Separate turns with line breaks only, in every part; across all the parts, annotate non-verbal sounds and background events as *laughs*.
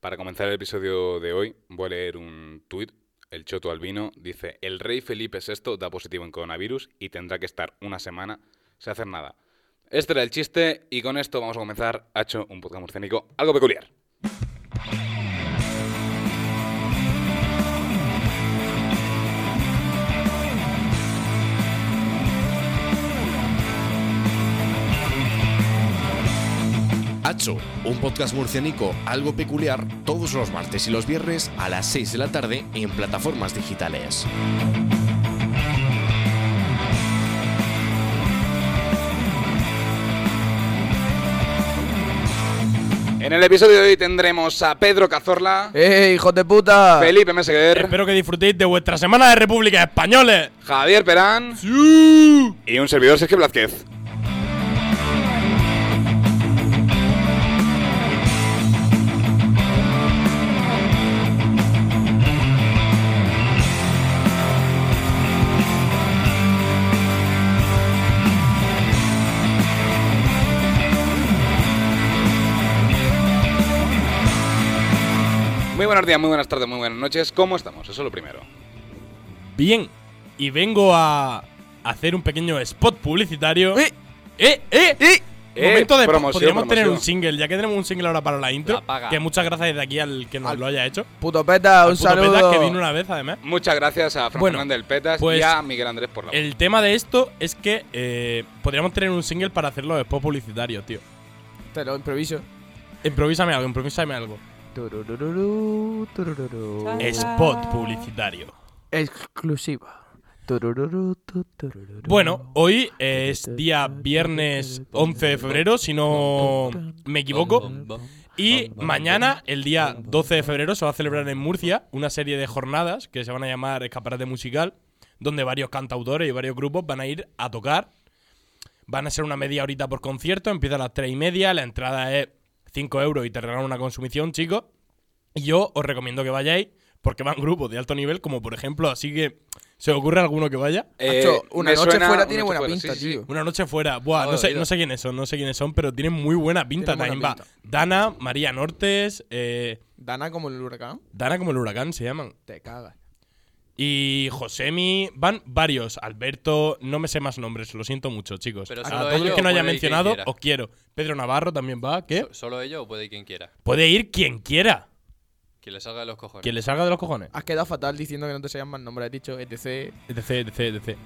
Para comenzar el episodio de hoy, voy a leer un tuit. El Choto Albino dice: El rey Felipe VI da positivo en coronavirus y tendrá que estar una semana sin hacer nada. Este era el chiste y con esto vamos a comenzar. Ha hecho un podcast murciánico algo peculiar.
Hacho, un podcast murcianico algo peculiar todos los martes y los viernes a las 6 de la tarde en plataformas digitales.
En el episodio de hoy tendremos a Pedro Cazorla,
¡Eh, hijos de puta!
Felipe Meseguer,
Espero que disfrutéis de vuestra semana de República Españoles.
Javier Perán y un servidor Sergio Blázquez. Muy buenos días, muy buenas tardes, muy buenas noches. ¿Cómo estamos? Eso es lo primero.
Bien, y vengo a hacer un pequeño spot publicitario.
¡Eh!
¡Eh! ¡Eh!
Eh,
Momento de
promoción,
Podríamos tener
promoción.
un single, ya que tenemos un single ahora para la intro.
La paga.
que muchas gracias desde aquí al que nos
Al-
lo haya hecho.
Puto peta,
Al
un
puto
saludo.
Petas, que vino una vez además.
Muchas gracias a Fran
Bueno,
Fernández del Petas y
pues,
a Miguel Andrés por la
El tema de esto es que eh, podríamos tener un single para hacerlo spot publicitario, tío.
Te lo improviso.
Improvísame algo, improvísame algo.
Turururú, turururú.
Spot publicitario.
Exclusiva. Turururú, tu, turururú.
Bueno, hoy es día viernes 11 de febrero, si no me equivoco. Y mañana, el día 12 de febrero, se va a celebrar en Murcia una serie de jornadas que se van a llamar Escaparate Musical, donde varios cantautores y varios grupos van a ir a tocar. Van a ser una media horita por concierto, empieza a las 3 y media, la entrada es 5 euros y te regalan una consumición, chicos. Y yo os recomiendo que vayáis, porque van grupos de alto nivel, como por ejemplo, así que se os ocurre alguno que vaya.
Hacho, una
Eh, me
noche fuera
una noche
tiene buena
fuera,
pinta,
sí, sí, sí.
tío.
Una noche fuera. Buah,
Ah,
no sé,
oído.
no sé quiénes son, no sé quiénes son, pero tienen muy buena pinta.
Tienen buena
También va
pinta.
Dana, María Nortes, eh,
Dana como el huracán.
Dana como el huracán se llaman.
Te cagas.
Y Josemi, van varios. Alberto, no me sé más nombres, lo siento mucho, chicos.
Pero
a
solo
todos los
ellos
que no
o
haya
puede ir quien
mencionado,
quiera.
os quiero. Pedro Navarro también va, ¿qué?
So- Solo ellos o puede ir quien quiera.
Puede ir quien quiera,
Quien le salga de los cojones.
quien le salga de los cojones.
Has quedado fatal diciendo que no te sean más nombres. Has dicho etc.
Etc, etc, etc.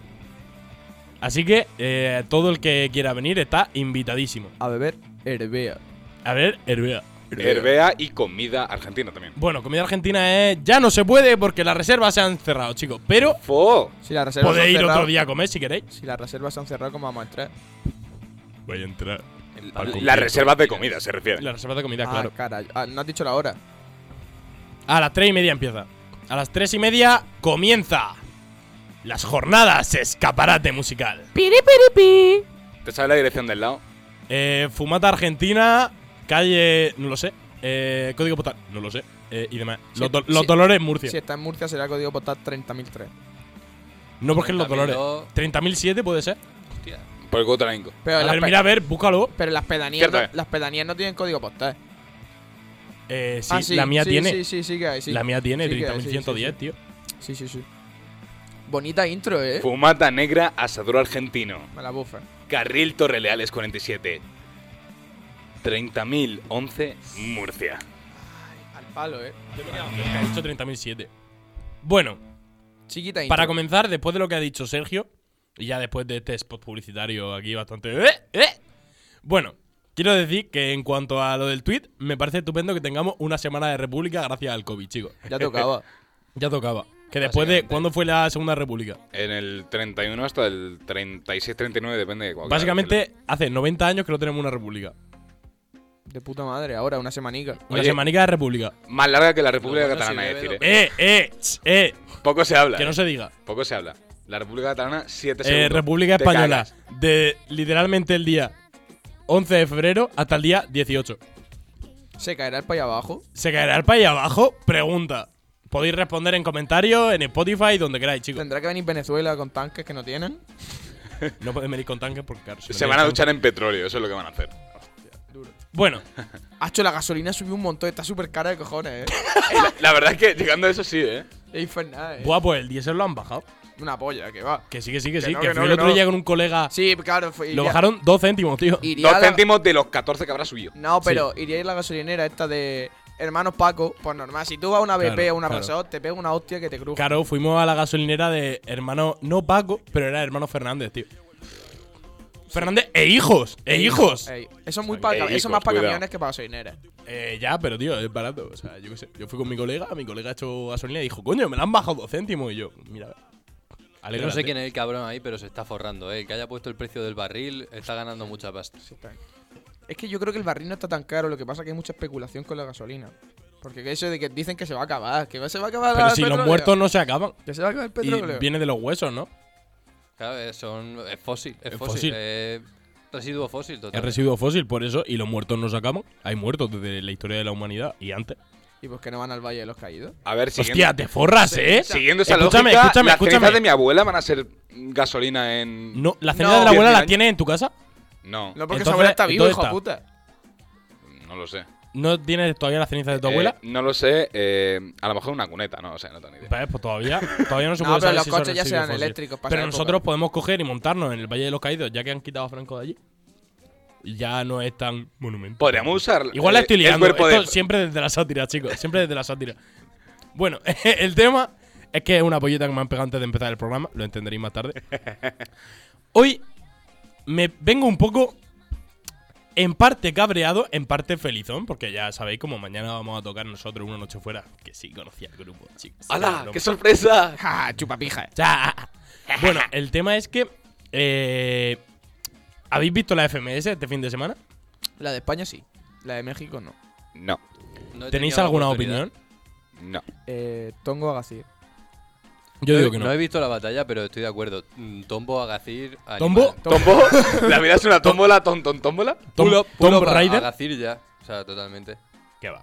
Así que eh, todo el que quiera venir está invitadísimo.
A beber Herbea.
A ver, Herbea.
Hervea y comida argentina también.
Bueno, comida argentina es. Ya no se puede porque las reservas se han cerrado, chicos. Pero
¡Fo!
Si las reservas
podéis
se han
ir otro
cerrado-
día a comer si queréis.
Si las reservas se han cerrado, como vamos a entrar?
Voy a entrar.
Al
Las
completo.
reservas de comida se refiere.
Las reservas de comida,
ah,
claro.
caray. Ah, no has dicho la hora.
A las 3 y media empieza. A las 3 y media comienza. Las jornadas escaparate musical.
¿Te sabes la dirección del lado?
Eh, fumata Argentina, calle. No lo sé. Eh, código postal, no lo sé. Eh, y demás.
Sí,
los, do- los
sí.
Dolores Murcia.
Si está en Murcia, será código postal 30.003.
No porque es eh. los Dolores.
30.002.
30.007 puede ser.
Hostia.
Por el Cotaranco.
Pero,
A
las,
ver,
pe-
mira, a ver, búscalo.
pero las, pedanías
Cierto,
no,
eh.
las pedanías no tienen código postal.
Eh, sí,
Ah, sí,
la mía
sí,
tiene.
Sí, sí, sí, que hay, sí.
La mía tiene
Sí que- sí,
30.110,
sí, sí.
tío.
Sí, sí, sí. Bonita intro, eh.
Fumata negra, asador argentino.
Me la bufa.
Carril Torreleales 47. 30.011 Murcia.
Al palo, eh.
Ha dicho 30.007. Bueno,
Chiquita intro.
para comenzar, después de lo que ha dicho Sergio, y ya después de este spot publicitario aquí bastante. ¡Eh! ¡Eh! Bueno, quiero decir que en cuanto a lo del tweet, me parece estupendo que tengamos una semana de República gracias al COVID, chicos.
Ya tocaba.
Ya tocaba. Que después de. ¿Cuándo fue la Segunda República?
En el 31 hasta el 36-39, depende de cuál.
Básicamente, hace 90 años que no tenemos una República.
De puta madre, ahora, una semanica.
Una
Oye.
semanica de República.
Más larga que la República
Lo bueno
Catalana,
si
es
bebe,
decir.
lo-
eh.
¡Eh! ¡Eh! ch, ¡Eh!
Poco se habla.
Que no
eh.
se diga.
Poco se habla. La República Catalana, 7
Eh,
segundos.
República
Te
Española.
cagas.
De literalmente el día 11 de febrero hasta el día 18.
¿Se caerá el país abajo?
¿Se caerá el país abajo? Pregunta. Podéis responder en comentarios, en Spotify, donde queráis, chicos.
¿Tendrá que venir Venezuela con tanques que no tienen?
No podéis venir con tanques porque, claro, si
Se
venís
van a
con-
duchar en petróleo, eso es lo que van a hacer.
Duro.
Bueno,
Hacho, la gasolina subió un montón, está súper cara de cojones,
*laughs*
eh.
La, *laughs* la verdad es que llegando a eso sí, ¿eh?
Es infernal, eh.
buah, pues el diésel lo han bajado.
Una polla, que va.
Que sí, que sí, que
Que
sí.
no,
Que
que
fui el
no, que
otro
no.
día con un colega.
Sí, claro, fue.
Lo
iría-
bajaron dos céntimos, tío.
Iría
Dos
a la-
céntimos de los 14 que habrá subido.
No, pero iría a la gasolinera esta de hermanos Paco, pues normal. Si tú vas a una BP
Claro,
o una
claro.
Repsol, te pega una hostia que te cruja.
Claro, fuimos a la gasolinera de hermano, no Paco, pero era hermano Fernández, tío. Fernández e hijos, e hijos.
Ey, eso es muy para,
Ey,
eso
hijos,
más para
cuidado.
camiones que para gasolineras.
Eh, ya, pero tío, es barato. O sea, yo qué sé. Yo fui con mi colega, mi colega echó gasolina y dijo, coño, me la han bajado dos céntimos. Y yo, mira,
Yo no
alégrate.
sé quién es el cabrón ahí, pero se está forrando, ¿eh? El que haya puesto el precio del barril está ganando mucha pasta.
Es que yo creo que el barril no está tan caro, lo que pasa es que hay mucha especulación con la gasolina. Porque que eso de que dicen que se va a acabar, que se va a acabar
Pero
el
si los
petróleo,
muertos no se acaban.
Que se va a acabar el
Y
petróleo.
viene de los huesos, ¿no?
Claro, eh, son, es fósil, es,
Es
fósil.
fósil.
eh, residuo fósil,
Es
total.
residuo fósil, por eso, y los muertos no se acaban. Hay muertos desde la historia de la humanidad y antes.
¿Y por qué no van al Valle de los Caídos?
A ver,
Hostia,
siguiendo,
te forras, ¿eh?
siguiendo esa
escúchame,
lógica,
escúchame,
las cenizas
escúchame.
de mi abuela van a ser gasolina en...
No, la cena
No.
de la abuela
Diez
la
años.
tienes en tu casa.
No,
No, porque
Entonces,
su abuela está viva,
entonces
hijo de
está.
puta.
no lo sé.
¿No tienes todavía la ceniza de tu abuela?
Eh, no lo sé. eh, a lo mejor una cuneta, no, o sea, no tengo ni idea.
Pues, pues todavía, todavía no se
No,
puede
pero
saber
los
si son
coches ya
residuos
serán
fósiles.
eléctricos para
Pero
esa época.
nosotros podemos coger y montarnos en el Valle de los Caídos, ya que han quitado a Franco de allí. Y ya no es tan monumental.
Podríamos usar eh,
Igual la
el-
estoy
el
liando.
cuerpo
Esto
de-
siempre desde la sátira, chicos. Siempre desde la sátira. Bueno, *laughs* el tema es que es una pollita que me han pegado antes de empezar el programa. Lo entenderéis más tarde. Hoy me vengo un poco en parte cabreado, en parte felizón, porque ya sabéis como mañana vamos a tocar nosotros una noche fuera, que sí conocía el grupo, chicos.
¡Hala!
Broma.
¡Qué *laughs* sorpresa!
Ja, chupapija.
Ya. Bueno, el tema es que. eh, ¿Habéis visto la FMS este fin de semana?
La de España sí, la de México no.
No,
No he
¿Tenéis
tenido la
alguna
oportunidad.
opinión?
no. *laughs*
Eh, Tongo Agassi.
Yo digo que
No
no.
he visto la batalla, pero estoy de acuerdo. Mm, Tombo, Agacir. animal.
Tombo,
¿Tombo? ¿La vida es una tómbola, tontón, tómbola?
Tom,
Pull up, pull
Tomb
up a-
Raider.
Agacir ya. O sea, totalmente.
¿Qué va?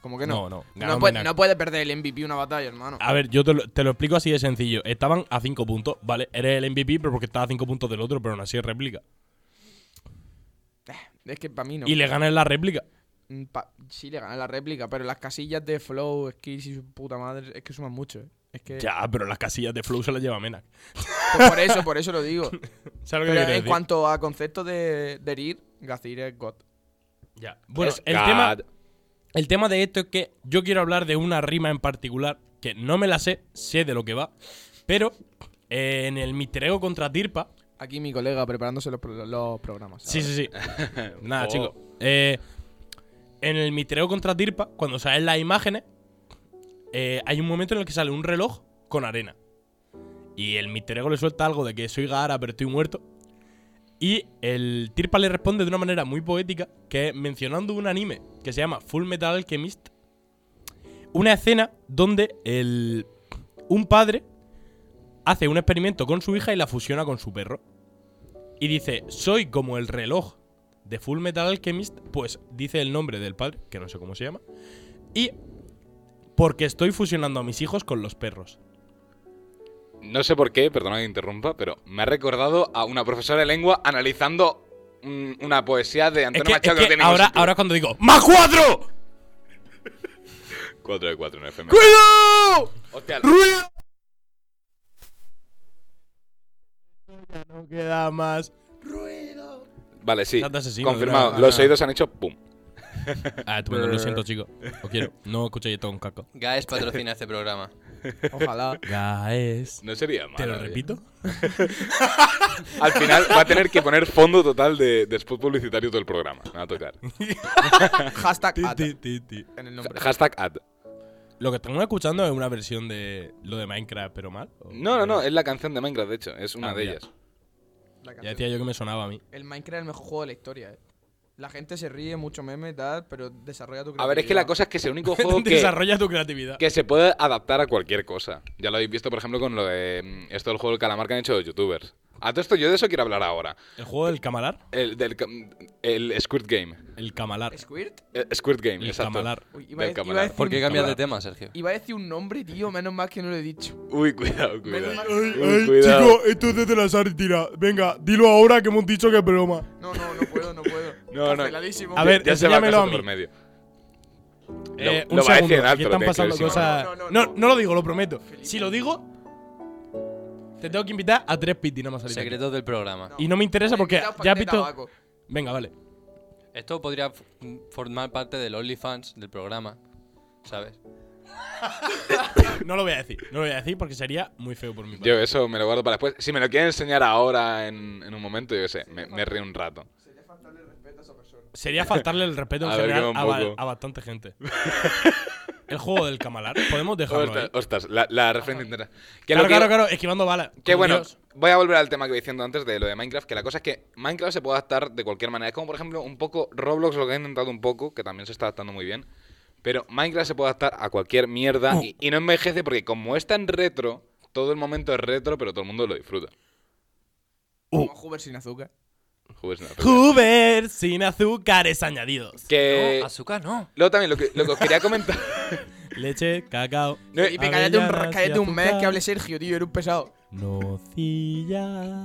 Como que
No,
no.
no.
No,
ganó
puede-
Menac.
no puede perder el MVP una batalla, hermano.
A ver, yo te lo, te lo explico así de sencillo. Estaban a 5 puntos, ¿vale? Eres el MVP, pero porque estás a 5 puntos del otro, pero aún así es réplica.
Es que para mí no.
Y le ganas la réplica.
Mm, pa- sí, le ganan la réplica, pero las casillas de Flow, Skills y su puta madre es que suman mucho. eh. Es que.
Ya, pero las casillas de Flow se las lleva Menac.
Pues por eso, por eso lo digo.
¿Sabes *laughs* lo que te
pero en
quiero decir?
cuanto a concepto de, de herir, Gazir es God.
Ya. Bueno,
Es
el
God.
tema, El tema de esto es que yo quiero hablar de una rima en particular que no me la sé, sé de lo que va, pero eh, en el Mister Ego contra Tirpa.
Aquí mi colega preparándose los, pro- los programas.
Sí,
¿sabes?
sí, sí. Nada,
Oh.
chicos. Eh, en el Mister Ego contra Tirpa, cuando salen las imágenes, eh, hay un momento en el que sale un reloj con arena. Y el Mister Ego le suelta algo de que soy Gaara, pero estoy muerto. Y el Tirpa le responde de una manera muy poética, que es mencionando un anime que se llama Full Metal Alchemist. Una escena donde el, un padre hace un experimento con su hija y la fusiona con su perro. Y dice, soy como el reloj de Full Metal Alchemist, pues dice el nombre del padre, que no sé cómo se llama. Y porque estoy fusionando a mis hijos con los perros.
No sé por qué, perdona que interrumpa, pero me ha recordado a una profesora de lengua analizando mm, una poesía de
Es
Antonio
que,
Machado
es que
tiene
ahora, ahora cuando digo ¡Más cuatro!
4 de 4 en FM.
¡Cuidado!
Hostia,
¡Ruido! No queda más.
Vale, sí.
Chat de asesino,
Confirmado.
de una-
Los oídos han hecho pum.
Ah, estupendo, lo
*laughs*
siento, chicos. Os quiero. No escuchéis todo un caco.
Gaes patrocina
*laughs*
este programa.
Ojalá.
Gaes.
No sería malo.
¿Te lo
oye. *laughs*
repito?
Al final va a tener que
*laughs*
poner fondo total de, de spot publicitario todo el programa. Me va a tocar.
Hashtag ad
Ti, ti, ti, ti.
en el nombre.
Hashtag ad.
Lo que estamos escuchando es una versión de lo de Minecraft, pero mal. ¿o?
No, no, no. Es la canción de Minecraft, de hecho. Es una
Ah,
de
mira.
ellas.
La
Ya
canción.
decía yo que me sonaba a mí.
El Minecraft es el mejor juego de la historia. eh. La gente se ríe, mucho meme y tal, pero desarrolla tu
A ver, es que la cosa es que es el
*laughs*
único juego que,
Desarrolla tu creatividad.
que se puede adaptar a cualquier cosa. Ya lo habéis visto, por ejemplo, con lo de mm, esto del juego del calamar que han hecho los youtubers. A todo esto yo de eso quiero hablar ahora.
El juego del camalar.
El, del, cam- el Squirt Game.
El camalar.
¿Squirt?
Eh, Squirt Game,
El
exacto.
camalar.
Uy, iba, a,
Del
dec- iba, a
camalar.
decir,
¿Por qué cambias de
Camarada.
tema, Sergio?
iba a decir un nombre, tío, menos mal que no lo he dicho.
Uy, cuidado, cuidado.
Ay,
Uy, cuidado.
esto es desde la sátira. Venga, dilo ahora que hemos dicho que es broma.
No, no, no puedo, no puedo.
*laughs* No, no.
Canceladísimo.
A ver,
ya se va
enséñamelo
casi
a mí.
por medio.
Eh,
Lo-
un
lo va a decir en alto,
segundo, que
lo
están
tiene
pasando
clarísimo.
cosas. No
No,
no,
no,
lo digo, lo prometo. Si lo digo, te tengo que invitar a tres pit nada más salir. de aquí.
Secretos del programa.
Y no me interesa porque ya has visto. Venga, vale.
Esto podría f- formar parte del OnlyFans del programa, ¿sabes?
No lo voy a decir. No lo voy a decir porque sería muy feo por mi parte.
Yo eso me lo guardo para después. Si me lo quieren enseñar ahora en, en un momento, yo qué sé, me, me río un rato.
Sería faltarle el respeto en
A ver,
general
queda un
a, ba-
poco.
a bastante gente. el juego del camalar. Podemos dejarlo
Ostras,
ahí.
ostras, la, la referencia entera. eh, Que lo
Claro,
que-
claro, claro. Esquivando balas.
Que
Con
bueno,
Dios.
voy a volver al tema que iba diciendo antes de lo de Minecraft, que la cosa es que Minecraft se puede adaptar de cualquier manera. Es como, por ejemplo, un poco Roblox lo que ha intentado un poco, que también se está adaptando muy bien. Pero Minecraft se puede adaptar a cualquier mierda y, y no envejece porque como es tan retro, todo el momento es retro, pero todo el mundo lo disfruta. Uh.
Como Hoover sin azúcar.
Joder, es una pena.
Hoover sin azúcares añadidos.
que...
No, azúcar no.
Luego también lo que, lo que os quería comentar...
Leche, cacao.
No,
Felipe, cállate un,
avellanas y
cállate un mes
azúcar.
que hable Sergio, tío, eres un pesado.
Nocilla.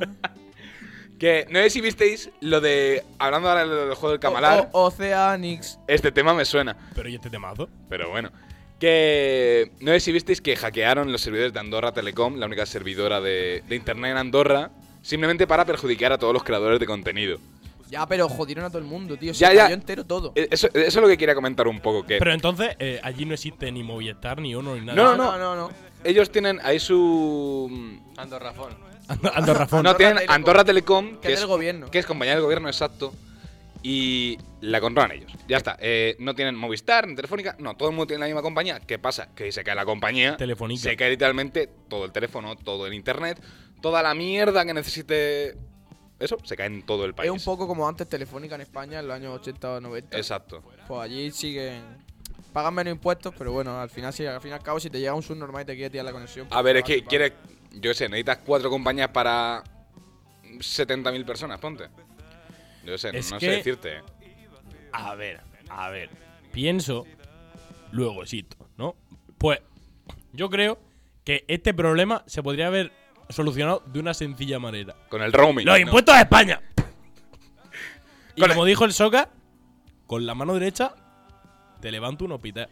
que no sé si visteis lo de... Hablando ahora del juego del camalar,
O- o- Oceanix.
este tema me suena.
*laughs* Pero ¿y este temazo?
Pero bueno. Que no sé si visteis que hackearon los servidores de Andorra Telecom, la única servidora de, de internet en Andorra, simplemente para perjudicar a todos los creadores de contenido.
Ya, pero jodieron a todo el mundo, tío. Se
Ya, ya.
cayó entero todo.
Eh, Eso, eso es lo que quería comentar un poco, que
Pero entonces, eh, allí no existe ni Movistar, ni Ono, ni nada.
No,
Ah, no, no. no.
ellos tienen ahí su...
Ando Rafón.
Ando- Andorrafón.
No, tienen
Telecom.
Andorra Telecom,
Que es del gobierno.
que es compañía del gobierno, exacto, y la controlan ellos. Ya está, eh, no tienen Movistar, ni Telefónica, no, todo el mundo tiene la misma compañía. ¿Qué pasa? Que se cae la compañía,
Telefónica.
se cae literalmente todo el teléfono, todo el internet, toda la mierda que necesite... Eso, se cae en todo el país.
Es un poco como antes Telefónica en España en los años 80 o 90.
Exacto.
Pues allí siguen. Pagan menos impuestos, pero bueno, al final, sí, al fin y al cabo, si te llega un subnormal y te quiere tirar la conexión.
A ver, es
pues
que
vale,
quieres, yo qué sé, necesitas cuatro compañías para 70.000 personas, ponte. Yo qué sé,
Es
no
que-
sé decirte.
A ver, a ver. Pienso, luego exito, ¿no? Pues yo creo que este problema se podría haber solucionado de una sencilla manera.
Con el *laughs* roaming.
¡Los
¿no?
impuestos a España! *laughs* Y
Con la-
como dijo el Soca, con la mano derecha te levanto un hospital.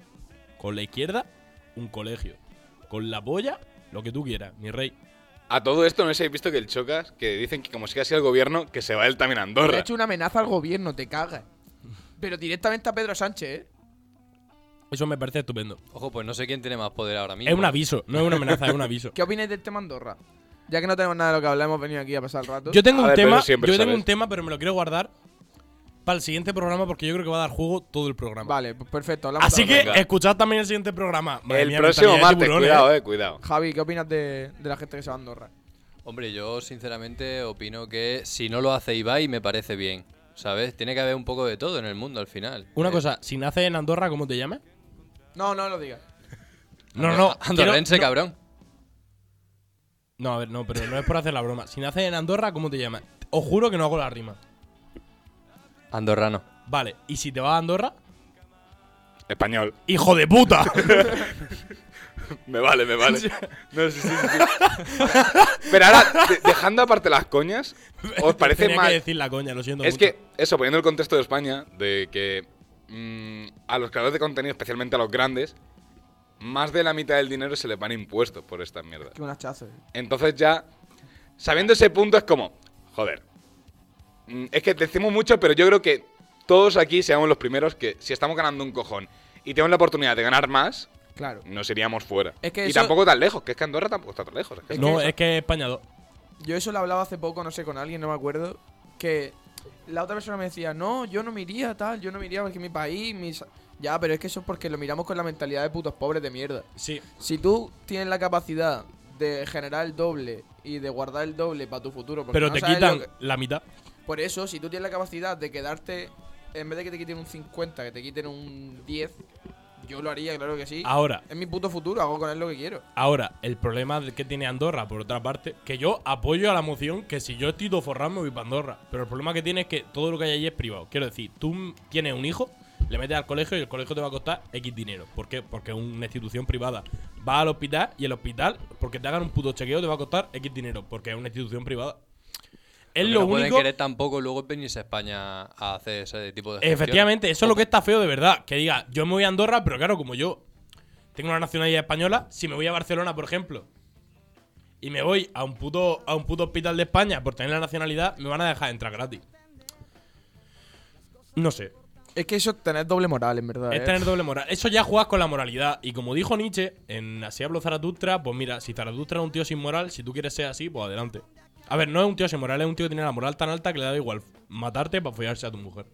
Con la izquierda, un colegio. Con la polla, lo que tú quieras, mi rey.
A todo esto no sé si habéis visto que el Chocas, que dicen que como sigue así el gobierno, que se va él también a
vale. Le ha
Andorra.
hecho una amenaza al gobierno, te cagas. Pero directamente a Pedro Sánchez, ¿eh?
Eso me parece estupendo.
Ojo, pues no sé quién tiene más poder ahora mismo.
Es un aviso, no es una amenaza, es
*laughs*
un aviso.
¿Qué opináis del tema Andorra? Ya que no tenemos nada de lo que hablar, hemos venido aquí a pasar el rato.
Yo tengo
A
un
ver, pero
tema,
eso siempre,
yo tengo
¿sabes?
un tema, pero me lo quiero guardar para el siguiente programa porque yo creo que va a dar juego todo el programa.
Vale, pues perfecto, hablamos
Así
ahora.
que
Venga.
escuchad también el siguiente programa. Madre
el
mía,
próximo
mentalidad de
martes,
tiburón, ¿eh?
cuidado, eh, cuidado.
Javi, ¿qué opinas de, de la gente que se va a Andorra?
Hombre, yo sinceramente opino que si no lo hace Ibai me parece bien, ¿sabes? Tiene que haber un poco de todo en el mundo al final.
Una
Eh,
cosa, si naces en Andorra, ¿cómo te llamas?
No, no lo digas.
No, no,
Andorrense,
quiero-
cabrón.
No, a ver, no, pero no es por hacer la broma. Si naces en Andorra, ¿cómo te llamas? Os juro que no hago la rima.
Andorrano.
Vale, y si te vas a Andorra,
Español.
¡hijo de puta!
Me vale, me *laughs* vale. No, sí, sí, sí. *laughs* Pero ahora, de- dejando aparte las *laughs* coñas, ¿os parece
Tenía
mal?
que decir la coña, lo siento
Es
mucho.
que, eso, poniendo el contexto de España, de que mm, a los creadores de contenido, especialmente a los grandes, más de la mitad del dinero se les van impuestos por estas mierdas.
Que un hachazo. eh.
Entonces ya, sabiendo ese punto, es como, joder. Mm, Es que decimos mucho, pero yo creo que todos aquí seamos los primeros que si estamos ganando un cojón y tenemos la oportunidad de ganar más,
Claro.
nos iríamos fuera.
Es que
y
eso-
tampoco tan lejos, que es que Andorra tampoco está tan lejos. es que-
No, es que España 2.
Yo eso lo hablaba hace poco, no sé, con alguien, no me acuerdo, que la otra persona me decía, no, yo no me iría, tal, yo no me iría porque mi país, mis... Ya, pero es que eso es porque lo miramos con la mentalidad de putos pobres de mierda.
Sí.
Si tú tienes la capacidad de generar el doble y de guardar el doble para tu futuro, porque
Pero
no
te
sabes lo
quitan
que-
la mitad.
Por eso, si tú tienes la capacidad de quedarte, en vez de que te quiten un 50, que te quiten un 10, yo lo haría, claro que sí.
Ahora,
Es mi puto futuro, hago con él lo que quiero.
Ahora, el problema del que tiene Andorra, por otra parte, que yo apoyo a la moción que si yo estoy forrando me voy para Andorra. Pero el problema que tiene es que todo lo que hay allí es privado. Quiero decir, tú m- tienes un hijo, le metes al colegio y el colegio te va a costar X dinero. ¿Por qué? Porque es una institución privada. Vas al hospital y el hospital, porque te hagan un puto chequeo, te va a costar X dinero. Porque es una institución privada. Es
que
lo
no pueden
único.
querer tampoco luego venirse a España a hacer ese tipo de gestiones.
Efectivamente, eso es lo que está feo de verdad. Que diga, yo me voy a Andorra, pero claro, como yo tengo una nacionalidad española, si me voy a Barcelona, por ejemplo, y me voy a un puto, a un puto hospital de España por tener la nacionalidad, me van a dejar entrar gratis. No sé.
Es que eso es tener doble moral, en verdad.
Es
¿eh?
tener doble moral. Eso ya juegas con la moralidad. Y como dijo Nietzsche, en Así habló Zaratustra, pues mira, si Zaratustra es un tío sin moral, si tú quieres ser así, pues adelante. A ver, no es un tío sin moral, es un tío que tiene la moral tan alta que le da igual matarte para follarse a tu mujer.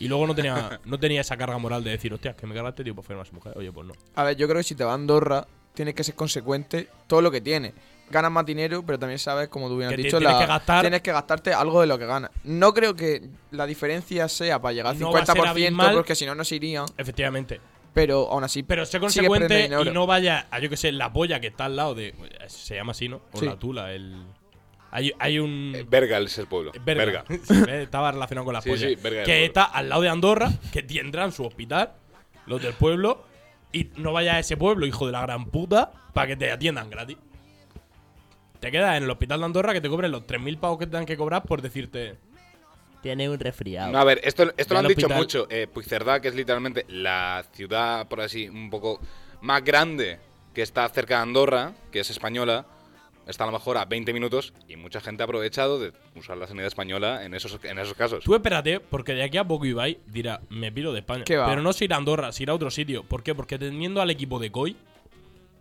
Y luego no
*laughs*
tenía, no tenía esa carga moral de decir, hostia, que me cargaste, tío, para follarme a su mujer. Oye, pues no.
A ver, yo creo que si te vas a Andorra, tienes que ser consecuente todo lo que tienes. Ganas más dinero, pero también sabes, como tú bien has
Que te-
dicho,
tienes
la-
que gastar-
tienes que gastarte algo de lo que ganas. No creo que la diferencia sea para llegar al
No va a ser
50%,
abismal.
porque si no, no se irían.
Efectivamente.
Pero aún así.
Pero sé
sigue
consecuente
perdiendo
y
dinero.
no vaya a, yo que sé, la polla que está al lado de. Se llama así, ¿no? O
Sí.
la tula, el. Hay, hay un.
Eh, Vergal es el pueblo.
Verga.
Verga.
*laughs* Sí, eh, Estaba relacionado con las
Sí,
pollas.
sí, verga del
que
pueblo.
está al lado de Andorra, que tendrán su hospital, los del pueblo, y no vayas a ese pueblo, hijo de la gran puta, para que te atiendan gratis. Te quedas en el hospital de Andorra que te cobren los 3.000 pavos que te dan que cobrar por decirte.
Tiene un resfriado.
No, a ver, esto, esto
Ya
lo han
el
dicho
hospital-
mucho. Eh, Puigcerdá, que es literalmente la ciudad, por así, un poco más grande que está cerca de Andorra, que es española, está a lo mejor a 20 minutos y mucha gente ha aprovechado de usar la sanidad española en esos, en esos casos.
Tú espérate, porque de aquí a poco Ibai dirá, me piro de España.
¿Qué va?
Pero no se irá a Andorra, se irá a otro sitio. ¿Por qué? Porque teniendo al equipo de Koi,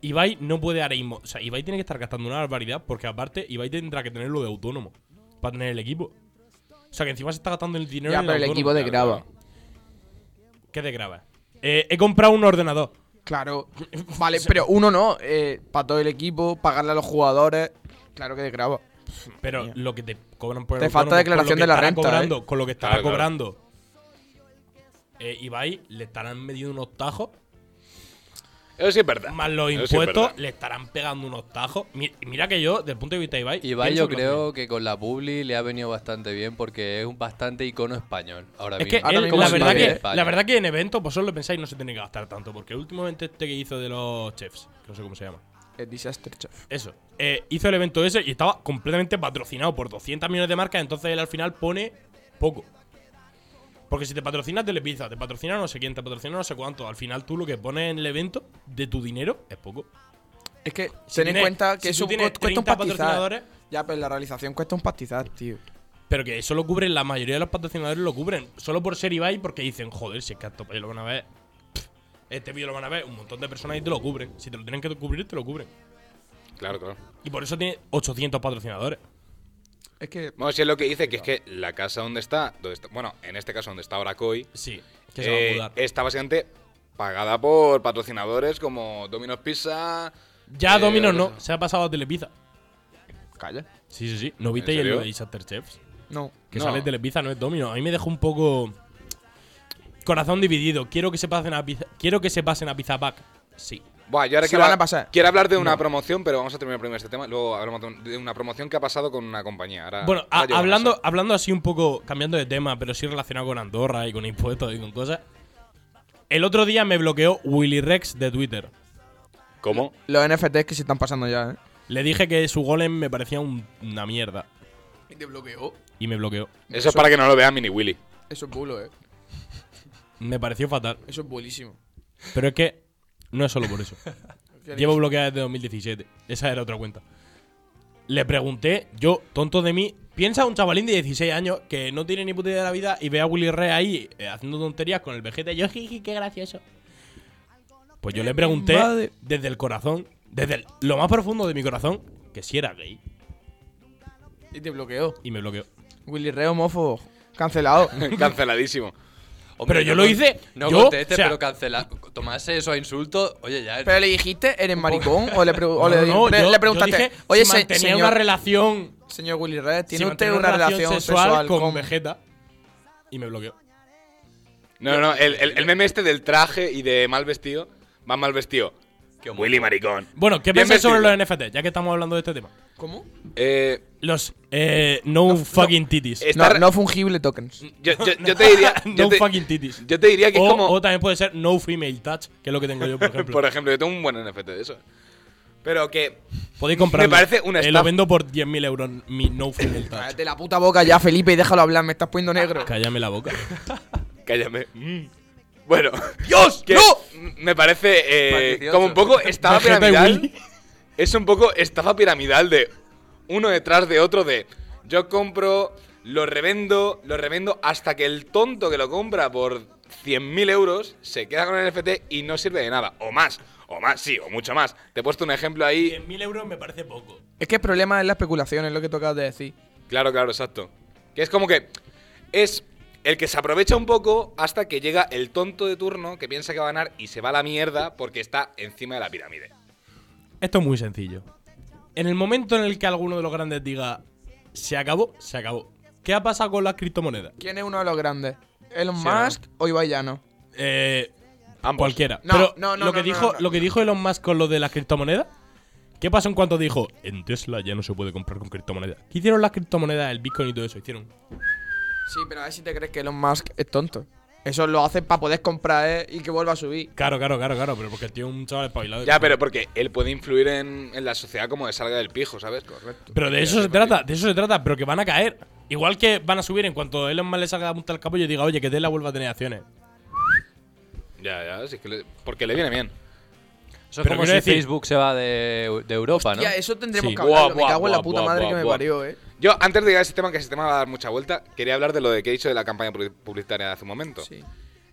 Ibai no puede ahora mismo. O sea, Ibai tiene que estar gastando una barbaridad, porque aparte Ibai tendrá que tenerlo de autónomo para tener el equipo. O sea, que encima se está gastando el dinero
Ya,
en
pero el
autónomo.
equipo de grava.
¿Qué te graba? Eh, he comprado un ordenador.
*coughs* Claro. Vale, pero uno no. eh, para todo el equipo, pagarle a los jugadores. Claro que de grava.
Pero lo que te cobran por el
Te
autónomo, con
falta
lo
declaración
que
de la
estará
renta, ¿eh?
cobrando, Con lo que estará
Claro, claro.
cobrando. Eh, Ibai le estarán metiendo unos tajos.
Eso sí es verdad.
Más los
Eso sí es
impuestos
verdad.
le estarán pegando unos tajos. Mi- Mira, que yo, desde el punto de vista de Ibai.
Ibai
pienso
yo
que lo
creo que con la Publi le ha venido bastante bien porque es un bastante icono español ahora
hace. Es
mismo.
que
Ahora
él-
mismo
la,
sí
verdad
que-
que,
España.
la verdad que en eventos vosotros lo pensáis no se tiene que gastar tanto. Porque últimamente este que hizo de los chefs, que no sé cómo se llama.
Es disaster, chef.
Eso. eh, hizo el evento ese y estaba completamente patrocinado por 200 millones de marcas. Entonces él al final pone poco. Porque si te patrocina Telepizza, te patrocina no sé quién, te patrocina no sé cuánto. Al final tú lo que pones en el evento de tu dinero es poco.
Es que
Si
ten en
tienes-
cuenta
si
que
tú
eso cu-
tienes
cuesta un
30
pastizar.
patrocinadores,
Ya, pero la realización cuesta un pastizar, tío.
Pero que eso lo cubren, la mayoría de los patrocinadores lo cubren. Solo por ser Ibai, porque dicen, joder, si es que a esto lo van a ver. pff, Este vídeo lo van a ver un montón de personas y te lo cubren. Si te lo tienen que cubrir, te lo cubren.
Claro, claro.
Y por eso tiene 800 patrocinadores.
Es que.
Bueno, si es lo que dice, que es que la casa donde está, donde está- bueno, en este caso donde está ahora Koi,
Sí, que se va a
eh,
mudar.
está básicamente pagada por patrocinadores como Domino's Pizza.
ya
eh,
Domino's
otros-
no, se ha pasado a Telepizza.
Calla.
Sí, sí, sí. ¿No
¿En
viste el
serio?
de Disaster Chefs?
No.
Que
No.
sale Telepizza, no es Domino. A mí me dejó un poco. Corazón dividido. Quiero que se pasen a Pizza, quiero que se pasen a Pizza Pack. Sí.
Buah, yo ahora
Se
quiero,
van a pasar.
quiero hablar de una promoción, pero vamos a terminar primero este tema. Luego hablamos de un- de una promoción que ha pasado con una compañía. Ahora,
Bueno, a-
ahora llegamos Ah, a
hablando,
eso.
hablando así un poco, cambiando de tema, pero sí relacionado con Andorra y con impuestos y con cosas. El otro día me bloqueó Willy Rex de Twitter.
¿Cómo?
Los NFTs que se están pasando ya, ¿eh?
Le dije que su golem me parecía un- una mierda.
Y te bloqueó.
Y me bloqueó.
Eso es para que no lo vea Mini Willy. *laughs*
Eso es bulo, ¿eh?
Me pareció fatal.
Eso es buenísimo.
Pero es que no es solo por eso. Llevo bloqueada desde 2017. Esa era otra cuenta. Le pregunté, yo, tonto de mí, piensa un chavalín de 16 años que no tiene ni puta idea de la vida y ve a Willy Rey ahí eh, haciendo tonterías con el vejete. y Yo, jiji, qué gracioso. Pues yo le pregunté
madre.
desde el corazón, desde el- lo más profundo de mi corazón, que si era gay.
Y te bloqueó.
Y me bloqueó.
Willy Rey, homófobo. *laughs* Cancelado.
Canceladísimo.
Hombre,
pero yo
no
lo
con-
hice,
No
yo,
conteste,
o sea-
pero cancelar. Tomarse eso a insulto. Oye, ya. es-
¿Pero le dijiste, eres maricón? ¿O le, pre- o le,
No, no,
le-
yo-
le preguntaste,
yo dije,
oye,
si
se-
mantenía
señor,
una relación
señor Willy Rey,
si
¿tiene usted
mantenía
una relación sexual,
con,
con
Vegeta? Y me bloqueó.
No, no, el, el- el meme este del traje y de mal vestido. Va mal vestido.
Qué homo.
Willy maricón.
Bueno, ¿qué
Bien
pensáis sobre
vestido.
los NFT? Ya que estamos hablando de este tema.
¿Cómo?
Eh,
Los eh, no, fucking titties.
es-
No, Eh,
Está re-
no fungible tokens.
yo, yo- yo te
*laughs*
diría. yo
no
te-
fucking titties.
Yo te diría que
o,
es como.
o también puede ser no female touch, que es lo que tengo yo, por ejemplo.
Por ejemplo, yo tengo un buen NFT de eso. Pero que
Podéis comprarlo.
Me parece una
Eh, Lo
estafa.
vendo por 10.000 euros. Mi no funnel touch.
Cállate Ah, la puta boca ya, Felipe, y déjalo hablar, me estás
Ah,
poniendo negro.
Cállame la boca.
Cállame. Mm. Bueno. ¡Dios! ¡No! Me parece eh,
18.
como un poco estafa
Tarjeta de
piramidal.
Willy.
Es un poco estafa piramidal de uno detrás de otro de yo compro, lo revendo, lo revendo hasta que el tonto que lo compra por 100.000 euros se queda con el NFT y no sirve de nada. O más. O más, sí, o mucho más. Te he puesto un ejemplo ahí.
10.000 euros me parece poco.
Es que el problema es la especulación, es lo que tocas de decir.
Claro, claro, exacto. Que es como que es el que se aprovecha un poco hasta que llega el tonto de turno que piensa que va a ganar y se va a la mierda porque está encima de la pirámide.
Esto es muy sencillo. En el momento en el que alguno de los grandes diga se acabó, se acabó. ¿Qué ha pasado con las criptomonedas?
¿Quién es uno de los grandes? ¿Elon
Sí, ¿no?
Musk o Ibai Llano?
Eh,
Ambos.
cualquiera.
No,
Pero
no, no,
lo que
no, no,
dijo,
no.
lo que dijo Elon Musk con lo de las criptomonedas. ¿Qué pasó en cuanto dijo? En Tesla ya no se puede comprar con criptomonedas. ¿Qué hicieron las criptomonedas, el Bitcoin y todo eso? Hicieron.
Sí, pero a ver si te crees que Elon Musk es tonto. Eso lo hace para poder comprar eh, y que vuelva a subir.
Claro, claro, claro, claro, pero porque el tío es un chaval espabilado.
Ya, pero porque él puede influir en, en la sociedad como de salga del pijo, ¿sabes? Correcto.
Pero de eso se trata, de eso se trata, pero que van a caer. Igual que van a subir en cuanto Elon Musk le salga la punta al capullo y diga, oye, que Tesla vuelva a tener acciones.
Ya, ya, sí que le- porque le viene bien.
Eso es
Pero
como
quiero
si
decir-
Facebook se va de, de Europa, ¿no?
Ya, eso tendremos
Sí.
que hablarlo.
Buah,
me
buah,
cago en la
buah,
puta
buah,
madre que
buah,
me
buah.
parió, eh.
Yo, antes de llegar a ese tema, que ese tema va a dar mucha vuelta, quería hablar de lo de que he dicho de la campaña publi- publicitaria de hace un momento.
Sí.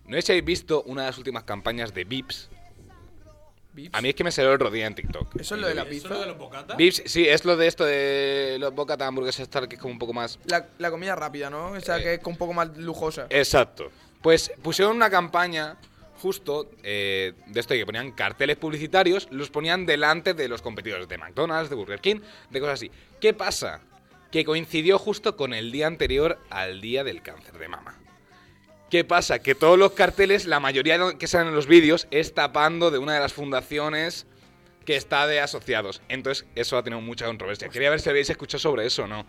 No sé si habéis visto una de las últimas campañas de Vips.
Vips.
A mí es que me salió el otro día en TikTok.
Eso es lo de la pizza.
bocatas?
Vips, sí, es lo de esto de los bocata hamburguesas tal, que es como un poco más...
La, la comida rápida, ¿no? O sea,
Eh.
que es un poco más lujosa.
Exacto. Pues pusieron una campaña justo eh, de esto de que ponían carteles publicitarios, los ponían delante de los competidores de McDonald's, de Burger King, de cosas así. ¿Qué pasa? Que coincidió justo con el día anterior al día del cáncer de mama. ¿Qué pasa? Que todos los carteles, la mayoría de lo que salen en los vídeos, es tapando de una de las fundaciones que está de asociados. Entonces, eso ha tenido mucha controversia. Quería ver si habéis escuchado sobre eso o no.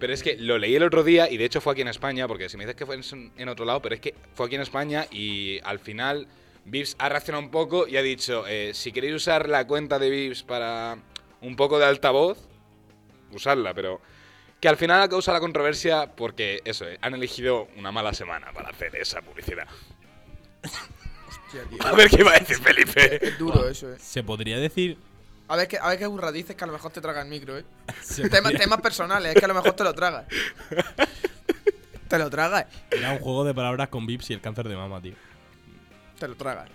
Pero es que lo leí el otro día y de hecho fue aquí en España, porque si me dices que fue en- en otro lado, pero es que fue aquí en España y al final Vips ha reaccionado un poco y ha dicho, eh, si queréis usar la cuenta de Vips para un poco de altavoz, usarla, pero que al final ha causado la controversia porque eso, eh, han elegido una mala semana para hacer esa publicidad. *laughs*
Hostia, tío.
A ver qué va a decir Felipe.
*laughs*
Es duro eso, eh.
Se podría decir.
A ver qué, a ver qué burra dices que a lo mejor te traga el micro, eh.
*laughs*
se
*laughs* Tema-
podría-
temas personales, es que a lo mejor te lo tragas. te lo tragas,
Era un juego de palabras con Vips y el cáncer de mama, tío.
te lo tragas.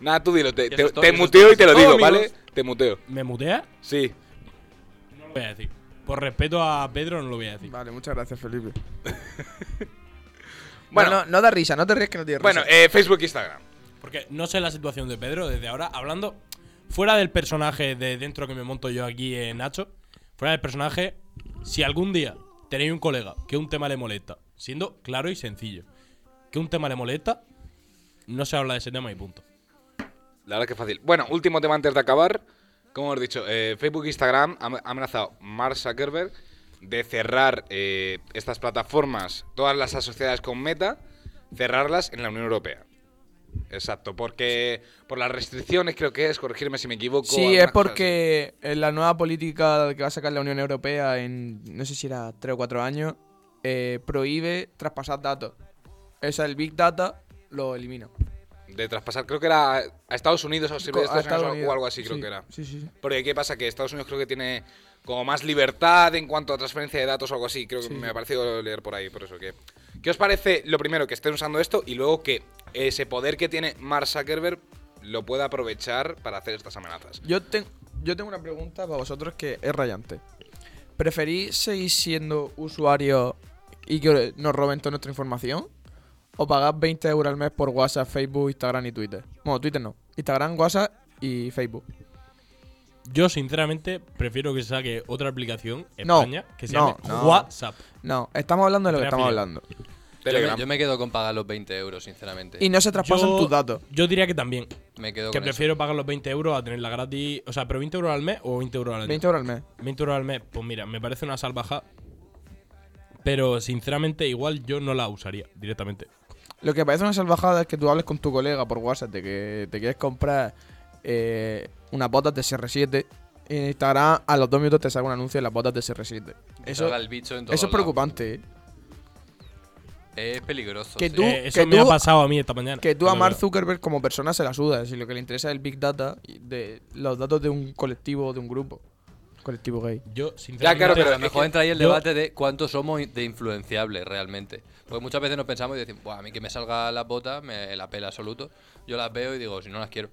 Nada, tú dilo, te,
Eso
te-
es todo,
te
eso es
muteo
todo.
y te lo
Eso es
digo,
todo,
¿vale?
amigos.
Te muteo.
¿Me mutea?
Sí.
No lo voy a decir. Por respeto a Pedro, no lo voy a decir.
Vale, muchas gracias,
*laughs*
Felipe.
Bueno.
Bueno, no, no da risa, no te ríes que no tienes
Bueno,
risa.
eh, Facebook, Instagram.
Porque no sé la situación de Pedro desde ahora, hablando fuera del personaje de dentro que me monto yo aquí en Nacho, fuera del personaje, si algún día tenéis un colega que un tema le molesta, siendo claro y sencillo, que un tema le molesta, no se habla de ese tema y punto.
La verdad que fácil. Bueno, último tema antes de acabar. Como os he dicho, eh, Facebook e Instagram ha ha amenazado Mark Zuckerberg de cerrar eh, estas plataformas, todas las asociadas con Meta, cerrarlas en la Unión Europea. Exacto, porque por las restricciones creo que es, corregirme si me equivoco.
Sí,
algunas
es
cosas
porque en la nueva política que va a sacar la Unión Europea en, no sé si era 3 o 4 años, eh, prohíbe traspasar datos. O sea, el Big Data lo elimina.
así. De traspasar, creo que era a Estados Unidos o Silvia de
A
Estados
Estados
Unidos
Unidos.
o algo así, creo
Sí,
que era.
Sí, sí, sí.
Porque ¿qué pasa? Que Estados Unidos creo que tiene como más libertad en cuanto a transferencia de datos o algo así. Creo que
Sí,
me
sí.
ha parecido leer por ahí, por eso que... ¿Qué os parece, lo primero, que estén usando esto y luego que ese poder que tiene Mark Zuckerberg lo pueda aprovechar para hacer estas amenazas?
Yo, ten- yo tengo una pregunta para vosotros que es rayante. ¿Preferís seguir siendo usuarios y que nos roben toda nuestra información? ¿O pagar 20 euros al mes por WhatsApp, Facebook, Instagram y Twitter? Bueno, Twitter no. Instagram, WhatsApp y Facebook.
Yo, sinceramente, prefiero que se saque otra aplicación,
No,
España, que se
no,
llame
no.
WhatsApp.
No.
No, estamos hablando de lo que
Espera,
estamos
Filipe.
hablando.
Yo,
Telegram.
me, yo me quedo con pagar los 20 euros, sinceramente.
Y no se traspasan
Yo-
tus datos.
Yo diría que también,
me quedo
que
con eso.
prefiero pagar los 20 euros a tenerla gratis, o sea, pero 20 euros al mes o 20 euros al año.
20 euros al mes.
20 euros al mes, pues mira, me parece una salvaja. Pero sinceramente, igual yo no la usaría directamente.
Lo que parece una salvajada es que tú hables con tu colega por WhatsApp de que te quieres comprar eh, unas botas de CR7. Y en Instagram a los dos minutos te sale un anuncio de las botas de CR7.
Que
Eso,
salga el bicho en todos
eso es
lados.
preocupante. eh.
Es peligroso.
Que
sí.
tú-
Eh, eso me
tú-
ha pasado a mí esta mañana.
Que tú a
Pero
Mark
bueno.
Zuckerberg como persona se la suda. Si lo que le interesa es el Big Data, y de los datos de un colectivo o de un grupo. Colectivo gay.
Yo,
Ya,
sinceramente.
claro,
Pero
pero
a lo
es
mejor
que
entra ahí el
yo-
debate de cuánto somos de influenciables realmente. Porque muchas veces nos pensamos y decimos, Buah, a mí que me salga las botas, me la pela absoluto. Yo las veo y digo, si no las quiero.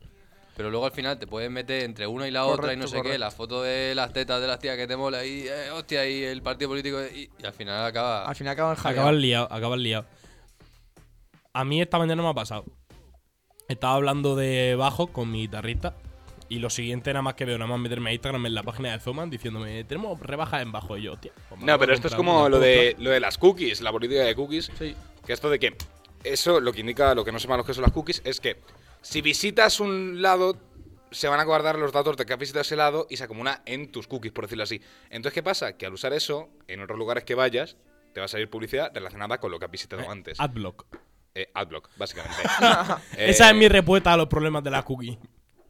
Pero luego al final te puedes meter entre una y la otra y no
Correcto,
sé qué,
correcto.
la foto de las tetas de las tías que te mola y, eh, hostia, y el partido político y, y al final acaba...
Al final acaban hackeados.
Acabas liado, acabas liado. A mí esta mañana me ha pasado. Estaba hablando de bajo con mi guitarrista. Y lo siguiente nada más que veo, nada más meterme a Instagram en la página de Zoman diciéndome, tenemos rebajas en bajo. Y yo, hostia. pues me
No,
voy a
pero esto es
comprar
como
una
lo de,
puta.
lo de las cookies, la política de cookies.
Sí.
Que esto de que eso lo que indica, lo que no sepan los que son las cookies, es que si visitas un lado, se van a guardar los datos de que has visitado ese lado y se acumula en tus cookies, por decirlo así. Entonces, ¿qué pasa? Que al usar eso, en otros lugares que vayas, te va a salir publicidad relacionada con lo que has visitado
Eh,
antes.
Adblock.
Eh, adblock,
*laughs*
básicamente. Eh,
Esa es mi respuesta a los problemas de la cookie.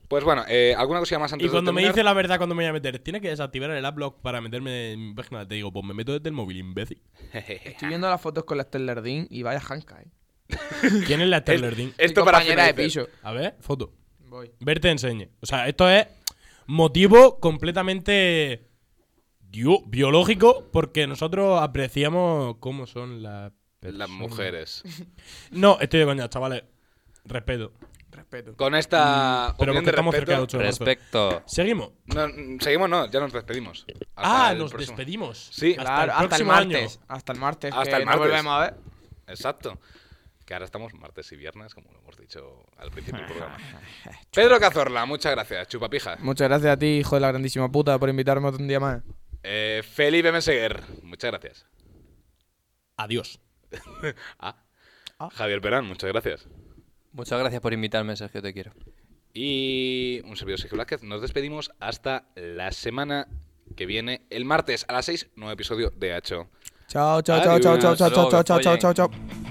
Pues bueno, eh, alguna cosilla más antes
Y cuando
de
me
terminar?
dice la verdad cuando me voy a meter, tiene que desactivar el adblock para meterme en mi página. Te digo, pues me meto desde el móvil, imbécil.
*laughs*
Estoy viendo las fotos con la Stellar Dean y vaya janca, eh.
*laughs* ¿Quién es la
Es-
Stellar Dean?
esto
Mi
para
compañera de
finalizar.
piso.
A ver, foto.
Voy.
Verte enseñe. O sea, esto es motivo completamente bio- biológico porque nosotros apreciamos cómo son las
Las
personas.
mujeres.
No, estoy de coña, chavales. Respeto.
Respeto.
Con esta
Mm, Pero
opinión
porque
de
estamos cerca del
respeto,
8 de marzo.
Respecto.
Seguimos.
no, mm, seguimos, no, ya nos despedimos. Hasta
ah,
el
nos
próximo.
despedimos.
Sí,
hasta,
Claro,
el próximo
martes.
año.
Hasta el martes.
Hasta
que
el
no
martes.
volvemos a ver.
Exacto. Que ahora estamos martes y viernes, como lo hemos dicho al principio del programa.
*laughs*
Pedro Cazorla, muchas gracias, chupapija.
Muchas gracias a ti, hijo de la grandísima puta, por invitarme otro día más.
Eh, Felipe Meseguer, muchas gracias. Ah,
Adiós. Ah.
Javier Perán, muchas gracias.
Muchas gracias por invitarme, Sergio, te quiero.
Y un servidor Sergio Blázquez. Nos despedimos hasta la semana que viene, el martes a las 6, nuevo episodio de Hacho.
Chao, chao, chao, chao, chao, chao, chao, chao, chao, chao, chao.